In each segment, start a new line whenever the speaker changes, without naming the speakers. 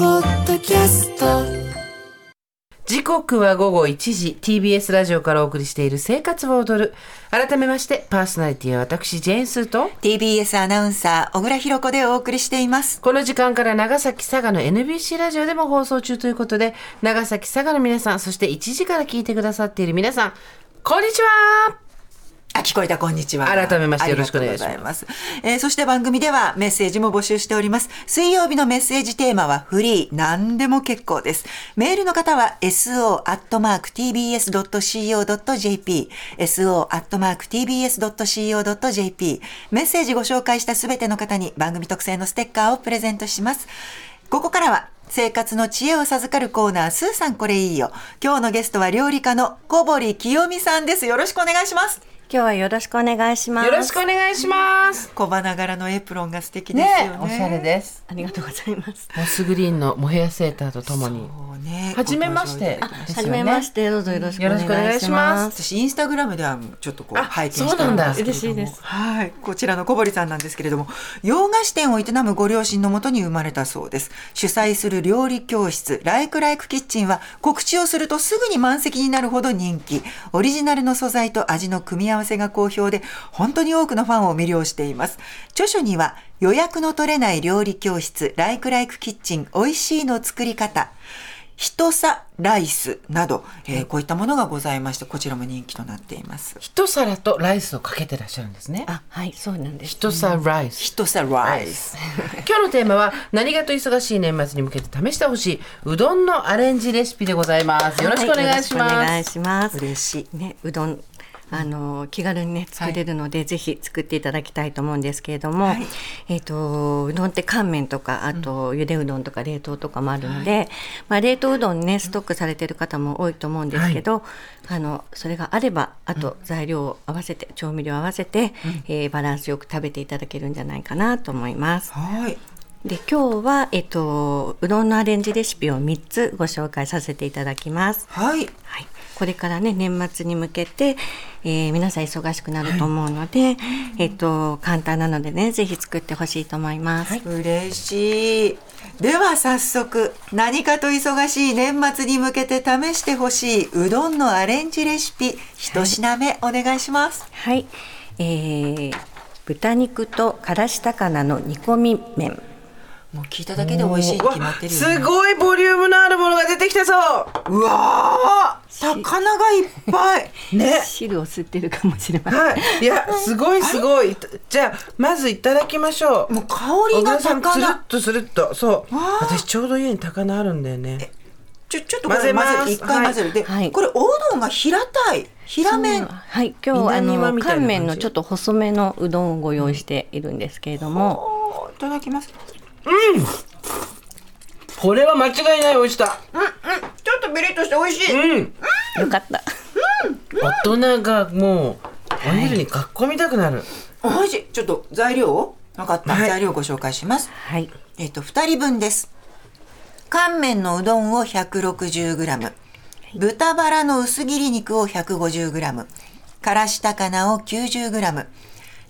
キャスト
時刻は午後1時 TBS ラジオからお送りしている「生活を踊る」改めましてパーソナリティは私ジェーンスーと
TBS アナウンサー小倉弘子でお送りしています
この時間から長崎佐賀の NBC ラジオでも放送中ということで長崎佐賀の皆さんそして1時から聞いてくださっている皆さんこんにちは
あ聞こえたこんにちは
改めましてよろしくお願いします
ありがとうございます、えーそして番組ではメッセージも募集しております水曜日のメッセージテーマはフリー何でも結構ですメールの方は so.tbs.co.jp so.tbs.co.jp メッセージご紹介したすべての方に番組特製のステッカーをプレゼントしますここからは生活の知恵を授かるコーナー、スーさんこれいいよ。今日のゲストは料理家の小堀清美さんです。よろしくお願いします。
今日はよろしくお願いします。
よろしくお願いします
小花柄のエプロンが素敵ですよね。
です
ありがとうございます。
モスグリーンのモヘアセーターとともに
そうね。
初めまして
ご登場い
で
ただいて
すよ
はじ
ね
めまして、どうぞよろしくお願いし
よろしくお願
ま
い
す。
しま
私インスタグラムではちょっとこう
あ
拝見した
そうなんだ
ですけれども
嬉しいです
はい、こちらの小堀さんなんですけれども、洋菓子店を営むご両親のもとに生まれたそうです。主催する料理教室ライクライクキッチンは告知をするとすぐに満席になるほど人気。オリジナルの素材と味の組み合わせが好評で、本当に多くのファンを魅了しています。著書には予約の取れない料理教室ライクライクキッチン美味しいの作り方。人さライスなど、えーこういったものがございましてこちらも人気となっています。
一皿とライスをかけてらっしゃるんですね
あ、はい、そうなんです。
一皿ライス
人さライス。
今日のテーマは何がと忙しい年末に向けて試してほしいうどんのアレンジレシピでございますよろしくお願いします、
はよろしくお願いします。
嬉し
ね、うどん。あの気軽にね作れるので、ぜひ作っていただきたいと思うんですけれども、えっ、とうどんって乾麺とかあとゆでうどんとか冷凍とかもあるので、まあ冷凍うどんねストックされてる方も多いと思うんですけど、あのそれがあればあと材料を合わせて調味料を合わせて、えーバランスよく食べていただけるんじゃないかなと思います。
はい。
で今日はえっとうどんのアレンジレシピを3つご紹介させていただきます。
はい。
はい、これからね年末に向けて、えー皆さん忙しくなると思うので、えっと簡単なのでねぜひ作ってほしいと思います。
嬉しい。では早速、何かと忙しい年末に向けて試してほしいうどんのアレンジレシピ、一品目お願いします。
はい、えー豚肉とからし高菜の煮込み麺。
もう聞いただけで美味しいに決まってるよ、ね。
すごいボリュームのあるものが出てきたそう
うわー高菜がいっぱい。
ね
汁を吸ってるかもしれません。
はいいやすごいすごいじゃあまずいただきましょう
もう香
小
りが
倉さん
高
つる
菜
っ。とするっとそう
わあ
私ちょうど家に高菜あるんだよね
ちょ、ちょっとこれ
混ぜます
る一回混ぜる。で、
はい
これおうどんが平たい。平麺。
はい、今日はあ
稲庭
の
みたいな感じ
乾麺のちょっと細めのうどんをご用意しているんですけれど
お
も。
ーいただきます。
これは間違いない美味しさ
ちょっとビリッとして美味しい。
うん
よかった。
大人がもうお昼にかっこみたくなる、
美味しい。ちょっと材料を分かった。
はい
材料をご紹介します。
はい。
えっ、と、2人分です。乾麺のうどんを 160g。豚バラの薄切り肉を 150g。からし高菜を 90g。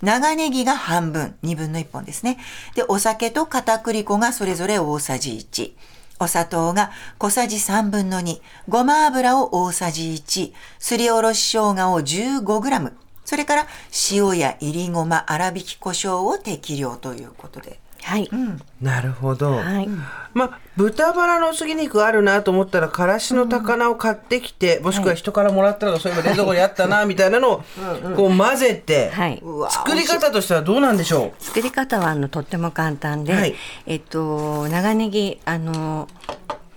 長ネギが半分、2分の1本ですね。で、お酒と片栗粉がそれぞれ大さじ1。お砂糖が小さじ3分の2。ごま油を大さじ1。すりおろし生姜を 15g。それから塩やいりごま、粗挽き胡椒を適量ということで。
はい。
なるほど、
はい。
まあ、豚バラの薄切り肉あるなと思ったらからしの高菜を買ってきて、もしくは人からもらったのがそういえば冷蔵庫にあったなみたいなのをこう混ぜて、
はい。
うわ
作り方としてはどうなんでしょう
作り方はあのとっても簡単で、
はい
えっと長ネギあの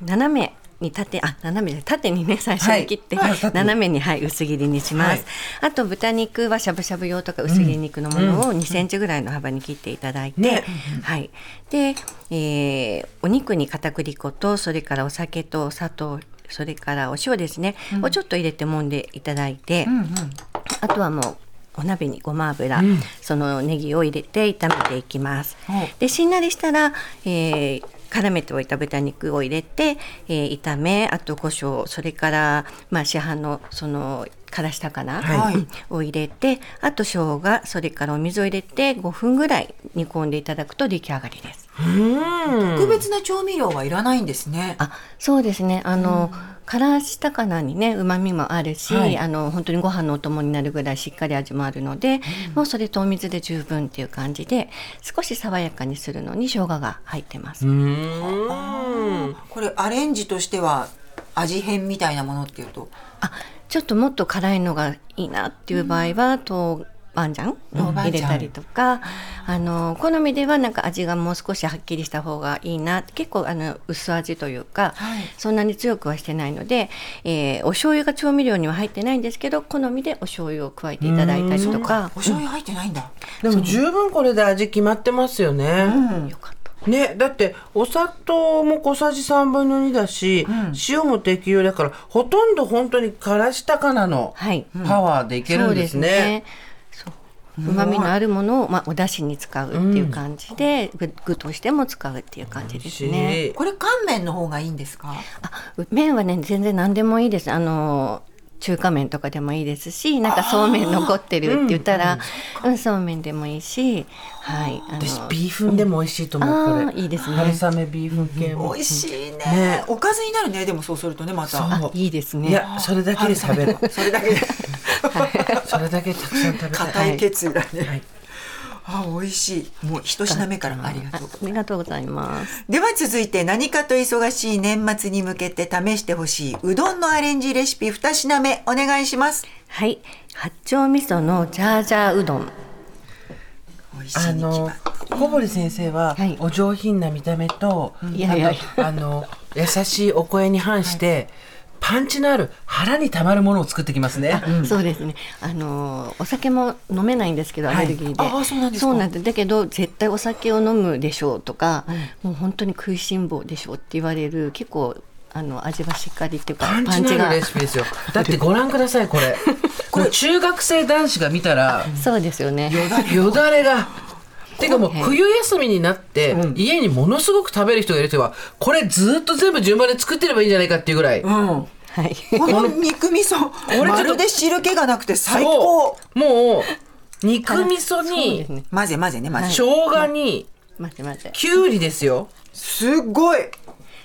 斜めに縦あ斜めじゃない縦にね最初に切って、
はいはい縦に
斜めにはい薄切りにします。あと豚肉はしゃぶしゃぶ用とか薄切り肉のものを2センチぐらいの幅に切っていただいて、
ね
はい。で、えーお肉に片栗粉とそれからお酒とお砂糖それからお塩ですね、をちょっと入れて揉んでいただいて。あとはもうお鍋にごま油、そのネギを入れて炒めていきます。でしんなりしたら、えー絡めておいた豚肉を入れて、えー炒めあと胡椒それから、まあ、市販のそのからしたかな、
はい
うんを入れてあと生姜それからお水を入れて5分ぐらい煮込んでいただくと出来上がりです。
特別な調味料はいらないんですね。
あそうですねあの、からし魚にねうまみもあるし、
はい
あの本当にご飯のお供になるぐらいしっかり味もあるので、もうそれとお水で十分っていう感じで少し爽やかにするのに生姜が入ってます、
うん
これアレンジとしては味変みたいなものっていうと、
あちょっともっと辛いのがいいなっていう場合は、豆板醤を入れたりとかあの好みではなんか味がもう少しはっきりした方がいいな結構あの薄味というか、
はい
そんなに強くはしてないので、えー、お醤油が調味料には入ってないんですけど好みでお醤油を加えていただいたりとか
お醤油入ってないんだ。
でも十分これで味決まってますよね、
よかった。
ねだってお砂糖も小さじ3分の2だし、塩も適量だからほとんど本当にからし高菜の
はい
パワーでいけるんですね。
そうですね。うまみのあるものを、まあ、お出汁に使うっていう感じで、具具としても使うっていう感じですね。
し
これ乾麺の方がいいんですか？
あ麺はね全然何でもいいですあの中華麺とかでもいいですしなんかそうめん残ってるって言ったら、うんそうめんでもいいしはいあ
私
の
ビーフンでも美味しいと思う、
あ
こ
ー
れ
いいですね
春雨ビーフン系も、
美味しいね
ね
おかずになるね。でもそうするとねまた。
そう
あいいですね
いやそれだけで食べる
それ だけで
それだけたくさん食べたい
硬い決意がね。
い
あ美味しい。もう一品目からありが
あ
とうございます
ありがとうございます
では続いて何かと忙しい年末に向けて試してほしいうどんのアレンジレシピ2品目お願いします
はい八丁味噌のジャージャーうどん
美味し
あ
いに決ま
の
っ
小堀先生は
はい
お上品な見た目と、
いやいやい
あとあの優しいお声に反して、パンチのある腹にたまるものを作ってきますね。
そうですね。あのお酒も飲めないんですけど、
はい
アレルギーで。
ああそうなんですか
ですだけど絶対お酒を飲むでしょうとか、もう本当に食いしん坊でしょうって言われる結構あの味はしっかりっていうか
パンチのあ
が
るレシピですよ。だってご覧くださいこ れ。これ中学生男子が見たら
そうですよね。
よだれが。てかもう
はい
冬休みになって家にものすごく食べる人がいる人はこれずっと全部順番で作ってればいいんじゃないかっていうぐらい。
たうん
はい。
この肉味噌
ょっと
まるで汁気がなくて最高
そうもう肉味噌
そうで
に
すね。
混ぜ混ぜね混ぜ、
生姜に
待って待って。
きゅうりですよ
すごい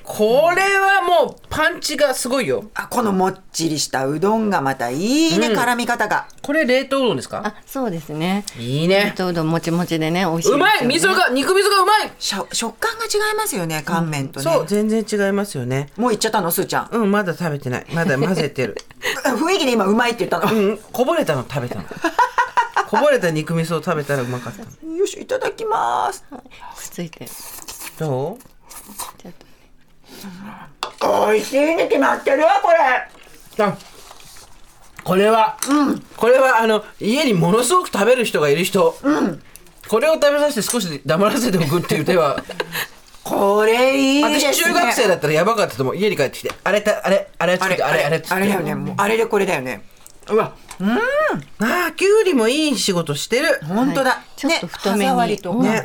これはもうパンチがすごいよ
あこのもっちりしたうどんがまたいいね、絡み方が
これ冷凍うどんですか
あ、そうですね。
いいね
ちょうどもちもちでね、美味しいですよ
う
ね、
まい味噌が肉味噌がうまい
しゃ食感が違いますよね乾麺とね、
そう全然違いますよね
もういっちゃったのすーちゃん
うんまだ食べてないまだ混ぜてる
雰囲気で今うまいって言った の、
うんこぼれたの食べ たのこぼれた肉味噌を食べたらうまかったの
よしいただきます
くっついて。ち
ど
ょっと
美味しいに決まってるわこれ
うあこれは、これはあの家にものすごく食べる人がいる人、これを食べさせて少し黙らせておくっていう手は
こ れいいですね
私中学生だったらやばかったと思う家に帰ってきてあれたあれあれ
あ
作っ
れ
てあ
あ
れ
れ
あ
あ
れ
れ
作
あ
っ
れ
て
だよねもうあれでこれだよね
うわああきゅうりもいい仕事してる
本当だ、
はいちょっと太めに
ね、歯触りとか
ね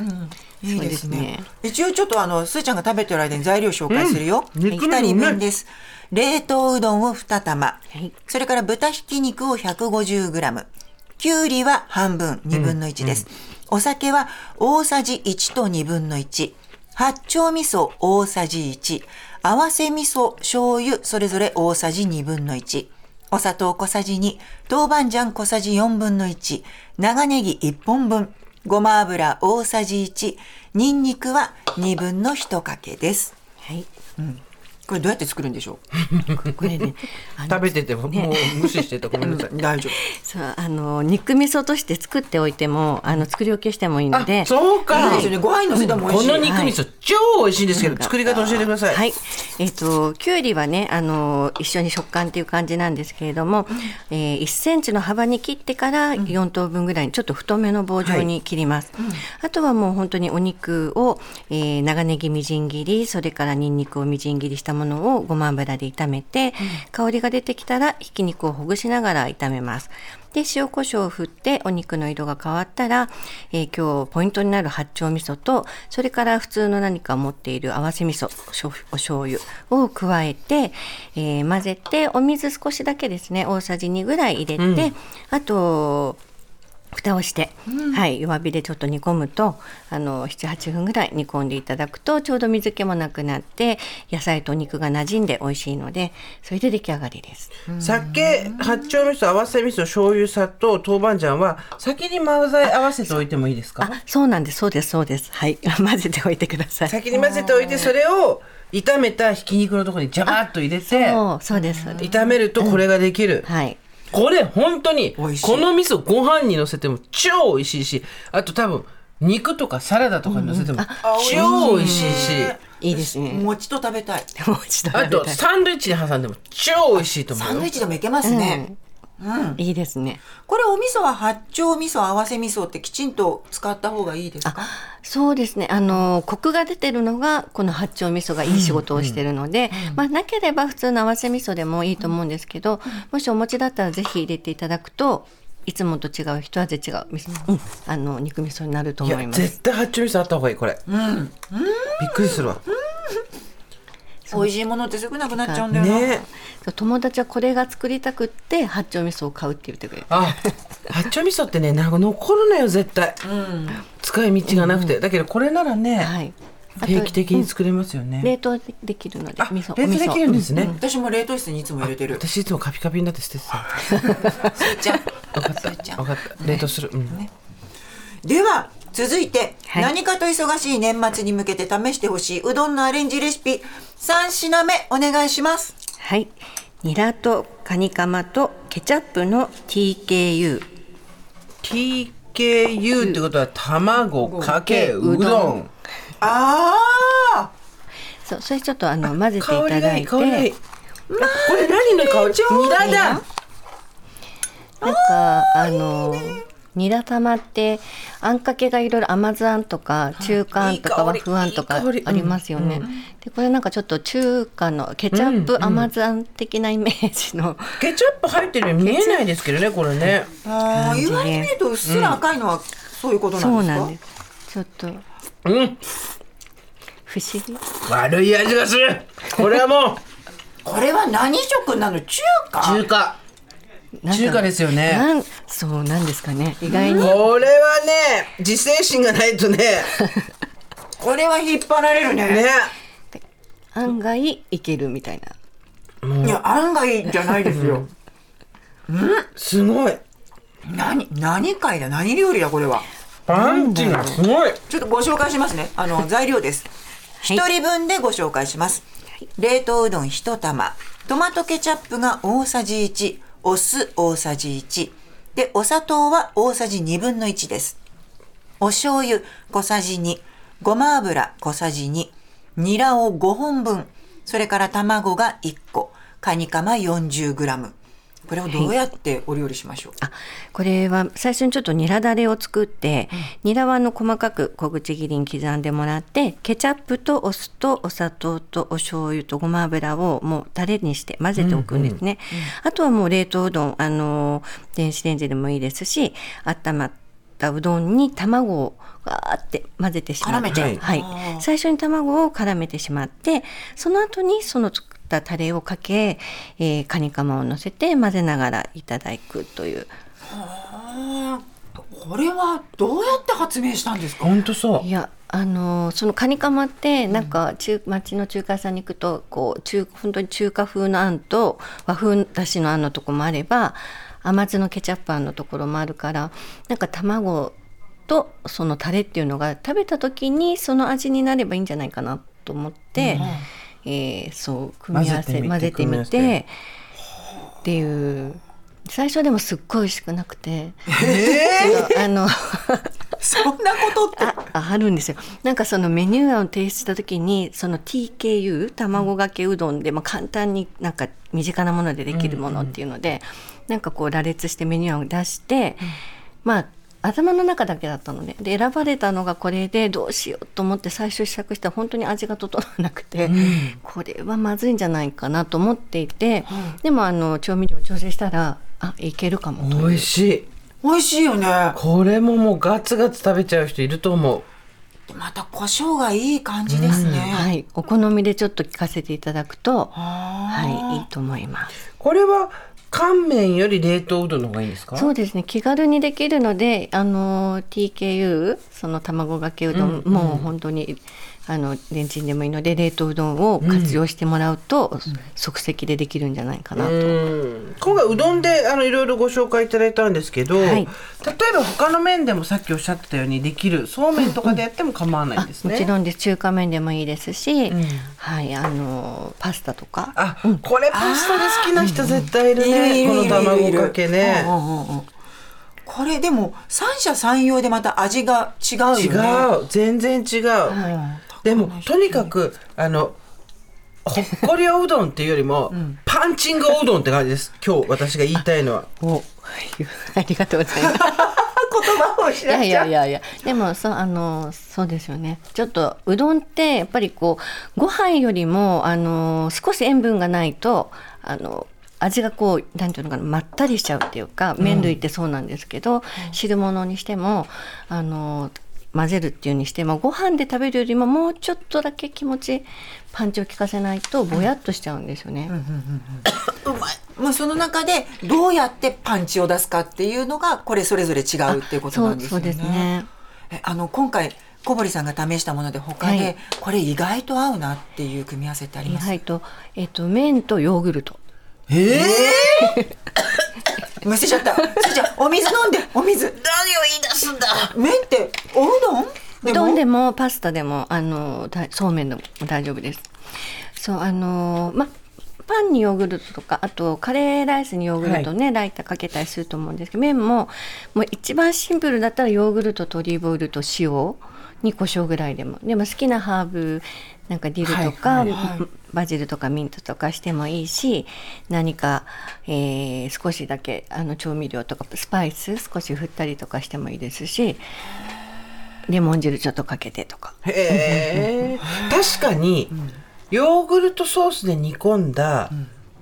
うんいいですね
そうですね
一応ちょっとあのすーちゃんが食べてる間に材料紹介するよ、
うん肉
2
麺
人
うまい
分です冷凍うどんを2玉、
い
それから豚ひき肉を 150g きゅうりは半分1分の1です、お酒は大さじ1と1分の1八丁味噌大さじ1合わせ味噌醤油それぞれ大さじ1分の1お砂糖小さじ2豆板醤小さじ4分の1長ネギ1本分ごま油大さじ1にんにくは2分の1かけです
はい。
これどうやって作るんでしょ
これね。あの
食べててももう無視してたごめんな さいう
大丈夫
そうあの肉味噌として作っておいてもあの作り置きしてもいいので
あそうか、
いいですよねご飯にのせても美
こ
味しい
の肉味噌超美味しいんですけど、作り方教えてください、
はい。えっ、と、きゅうりはね、あの、一緒に食感っていう感じなんですけれども、えー1センチの幅に切ってから4等分ぐらいにちょっと太めの棒状に切ります。あとはもう本当にお肉を、えー長ネギみじん切り、それからニンニクをみじん切りしたものをごま油で炒めて、香りが出てきたらひき肉をほぐしながら炒めます。で塩コショウを振ってお肉の色が変わったら、えー今日ポイントになる八丁味噌とそれから普通の何かを持っている合わせ味噌しょうお醤油を加えて、えー混ぜてお水少しだけですね大さじ2ぐらい入れて、あと蓋をして、はい、弱火でちょっと煮込むとあの78分ぐらい煮込んでいただくとちょうど水気もなくなって野菜とお肉が馴染んで美味しいのでそれで出来上がりです。
酒八丁味噌合わせ味噌醤油砂糖豆板醤は先に混ぜ合わせておいてもいいですか
あそうなんですそうですそうですはい 混ぜておいてください。
先に混ぜておいてそれを炒めたひき肉のところにジャバーっと入れて
そうそうですそうです
炒めるとこれができる、
はい
これ本当にこ
美味しい
の味噌ご飯にのせても超美味しいしあと多分肉とかサラダとかにのせても超美味しいし、
いいですね。
餅と食べたい。
もう一度
あ
食べ
と
たい
サンドイッチで挟んでも超美味しいと思
サン
う
ドイ
よ
ッチでもいけますね。
いいですね。
これお味噌は八丁味噌合わせ味噌ってきちんと使った方がいいですか
そうですね。あのコクが出てるのがこの八丁味噌がいい仕事をしてるので、まあなければ普通の合わせ味噌でもいいと思うんですけど、もしお持ちだったらぜひ入れていただくといつもと違う一味違う味噌、うんあの肉味噌になると
い
思い
や
ます。
絶対八丁味噌あった方がいいこれ、びっくりするわ、
美味しいものってすぐなくなっちゃうんだよな。
ねえ
友達はこれが作りたくって八丁味噌を買うって言ってくれる。
あ八丁味噌ってねなんか残るのよ絶対、使い道がなくて、だけどこれならね、
はい。あと
定期的
う
に
ん
作れますよね、
冷凍できるので
あ
味噌
冷凍できるんです
ね。
ね、
私も冷凍室にいつも入れてる。
私いつもカピカピになって捨ててた
スイちゃん。
分かっ
ス
た
イちゃん
分かった冷凍する、うん
では続いて、
はい
何かと忙しい年末に向けて試してほしいうどんのアレンジレシピ3品目お願いします
はい。ニラとカニカマとケチャップの TKU。
TKU ってことは卵かけう
う
ど
ど
ん
ん
ああ
そう、それちょっとあの混ぜてい
香り
た
が
だ
いい
いて、
香りがいいあこれ何の香りニラだ
なんかあのニラ玉ってあんかけがいろいろ甘酢あんとか中華あ
い
んと
い
か
香
和
り
風あんと
いい
か
香りうん
ありますよね。でこれなんかちょっと中華のケチャップ甘酢あん的なイメージの、
ケチャップ入ってるように見えないですけどねこれね
あー
感じで
言われてみるとうっすら赤いのはそういうこと
そ
な
うん
ですか、
なんです。ちょっ
う
と
ん
不思議。
悪い味がするこれはもう
これは何食なの中華
中華
なんか
中華ですよね
なんそうなんですかね。意外
こ
に
れはね自制心がないと ね
これは引っ張られるね
ね
案外いけるみたいな。
いや案外じゃないですよ
すごい
何何回だ何料理だこれは
パンチがすごい
ちょっとご紹介しますねあの材料です
い
一、人分でご紹介します、冷凍うどん一玉トマトケチャップが大さじ1お酢大さじ1でお砂糖は大さじ1分の1ですお醤油小さじ2ごま油小さじ2ニラを5本分それから卵が1個カニカマ 40g これをどうやってお料理しましょう、
あこれは最初にちょっとニラだれを作って、ニラはあの細かく小口切りに刻んでもらってケチャップとお酢とお砂糖とお醤油とごま油をもうタレにして混ぜておくんですね、あとはもう冷凍うどんあの電子レンジでもいいですし温まったうどんに卵をガーって混ぜてしま
絡
っ
めち
て
ゃう
はい
あー
最初に卵を絡めてしまってその後にその作ったタレをかけ、えーカニカマを乗せて混ぜながらいただくという
あーこれはどうやって発明したんですか
ほんとそう
いやあのーそのカニカマってなんか中、町の中華屋さんに行くとこう中本当に中華風のあんと和風だしのあんのとこもあれば甘酢のケチャップあんのところもあるからなんか卵とそのタレっていうのが食べた時にその味になればいいんじゃないかなと思って、えーそう組み合わせ
混
混
ぜ
ぜ
て
て
みて
みてっていう最初でもすっごい美味しくなくて。 あの
そんなことって
あああるんですよなんかそのメニュー案を提出した時にその TKU 卵かけうどんで、まあ、簡単になんか身近なものでできるものっていうので、なんかこう羅列してメニュー案を出して、まあ頭の中だけだったのねで選ばれたのがこれでどうしようと思って最初試作したら本当に味が整わなくて、これはまずいんじゃないかなと思っていて、でもあの調味料を調整したらあいけるかもという
美味しい
美味しいよね
これももうガツガツ食べちゃう人いると思う
また胡椒がいい感じですね、はい
はい、お好みでちょっと聞かせていただくと、
あー
はい、いいと思います。
これは乾麺より冷凍うどんの方がいいんですか
そうですね気軽にできるのであの TKU その卵かけうどん、もう本当にあのレンチンでもいいので冷凍うどんを活用してもらうと、即席でできるんじゃないかなと。
うん今回うどんであのいろいろご紹介いただいたんですけど、
はい
例えば他の麺でもさっきおっしゃってたようにできるそうめんとかでやっても構わないんですね。
もちろんです中華麺でもいいですし、
ん
はいあのパスタとか
あ、これパスタで好きな人絶対いる
いる
ね。
い
こ
る
の
いるいるい
卵
る
かけね
う。んうんうんうんこれでも三者三様でまた味が違うよね
違う、全然違う。でもとにかくあのほっこりおうどん っていうよりも、パンチングおうどんって感じです。今日私が言いたいのは。
を ありがとうございます。
言葉を失っ
い
ちゃう
やいやいやいやでもそうあのそうですよねちょっとうどんってやっぱりこうご飯よりもあの少し塩分がないとあの味がこうなんていうのかなまったりしちゃうっていうか麺類ってそうなんですけど、汁物にしてもあの混ぜるっていうにしてもご飯で食べるよりももうちょっとだけ気持ちパンチを効かせないとぼやっとしちゃうんですよね。
うまいもうその中でどうやってパンチを出すかっていうのがこれそれぞれ違うっていうこと
そ
な
うん
です
そ
よ
う
ね。
ですね。
えあの今回小堀さんが試したもので他
は
で
い
これ意外と合うなっていう組み合わせってあります、
はいとえっ、と麺とヨーグルト。
ええ
むせちゃったせいちゃんお水飲んでお水何を言い出すんだ麺っておうどん
うどん
も
でもパスタでもあのだそうめんでも大丈夫です。そうあのまパンにヨーグルトとかあとカレーライスにヨーグルトね、ライターかけたりすると思うんですけど麺ももう一番シンプルだったらヨーグルトとオリーブオイルと塩に胡椒ぐらいでもでも好きなハーブなんかディルとか、
はいはいはい
バジルとかミントとかしてもいいし何か、えー少しだけあの調味料とかスパイス少し振ったりとかしてもいいですしレモン汁ちょっとかけてとか。
へえ確かにヨーグルトソースで煮込んだ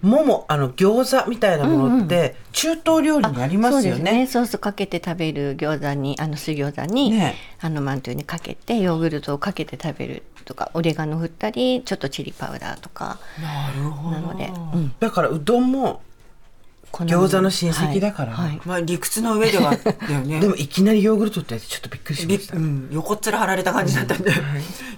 ももあの餃子みたいなものって中東料理にありますよ
そう
ね。
ソースかけて食べる餃子にあの水餃子に、
ね
あのマントゥにかけてヨーグルトをかけて食べるとかオレガノ振ったりちょっとチリパウダーとか
なるほど
なので、うん
だからうどんも
好み
餃子の親戚だから
はいはい
まあ理屈の上ではだよ ね
でもいきなりヨーグルトってやつちょっとびっくりしま
び
した
う。ん、横っ面貼られた感じだったんで、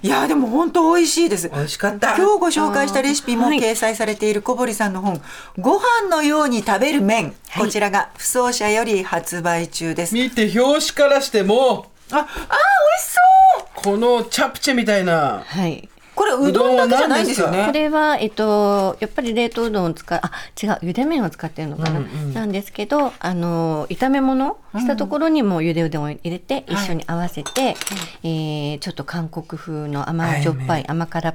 いやーでも本当美味しいです
美味しかった
今日ご紹介したレシピも
はい
掲載されている小堀さんの本「ご飯のように食べる麺」こちらが不走者より発売中です、
見て表紙からしても
ああー美味しそう
このチャプチェみたいな
はい
これうどんだけじゃないんですよ
うどんは何ですか
ね
これは、えっと、やっぱり冷凍うどんを使うあ違うゆで麺を使ってるのかな、なんですけどあの炒め物したところにもゆでうどんを入れて、一緒に合わせて、えーちょっと韓国風の甘じょっぱい甘辛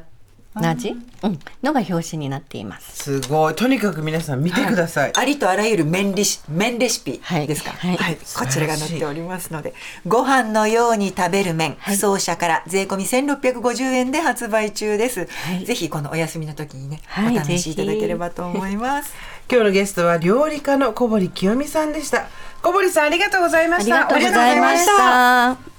な味、うん、のが表紙になっていま
す
す。
ごいとにかく皆さん見てください、
ありとあらゆる麺レシ麺レシピ
はい
ですか、は
はいい
こちらが載っておりますのでご飯のように食べる麺、不走者から税込み1650円で発売中です、
はい
ぜひこのお休みの時にね、
はい
お試しいただければと思います
今日のゲストは料理家の小堀清美さんでした小堀さんありがとうございま
あ
し
り
た
がとうございま
ありがとうございま
した。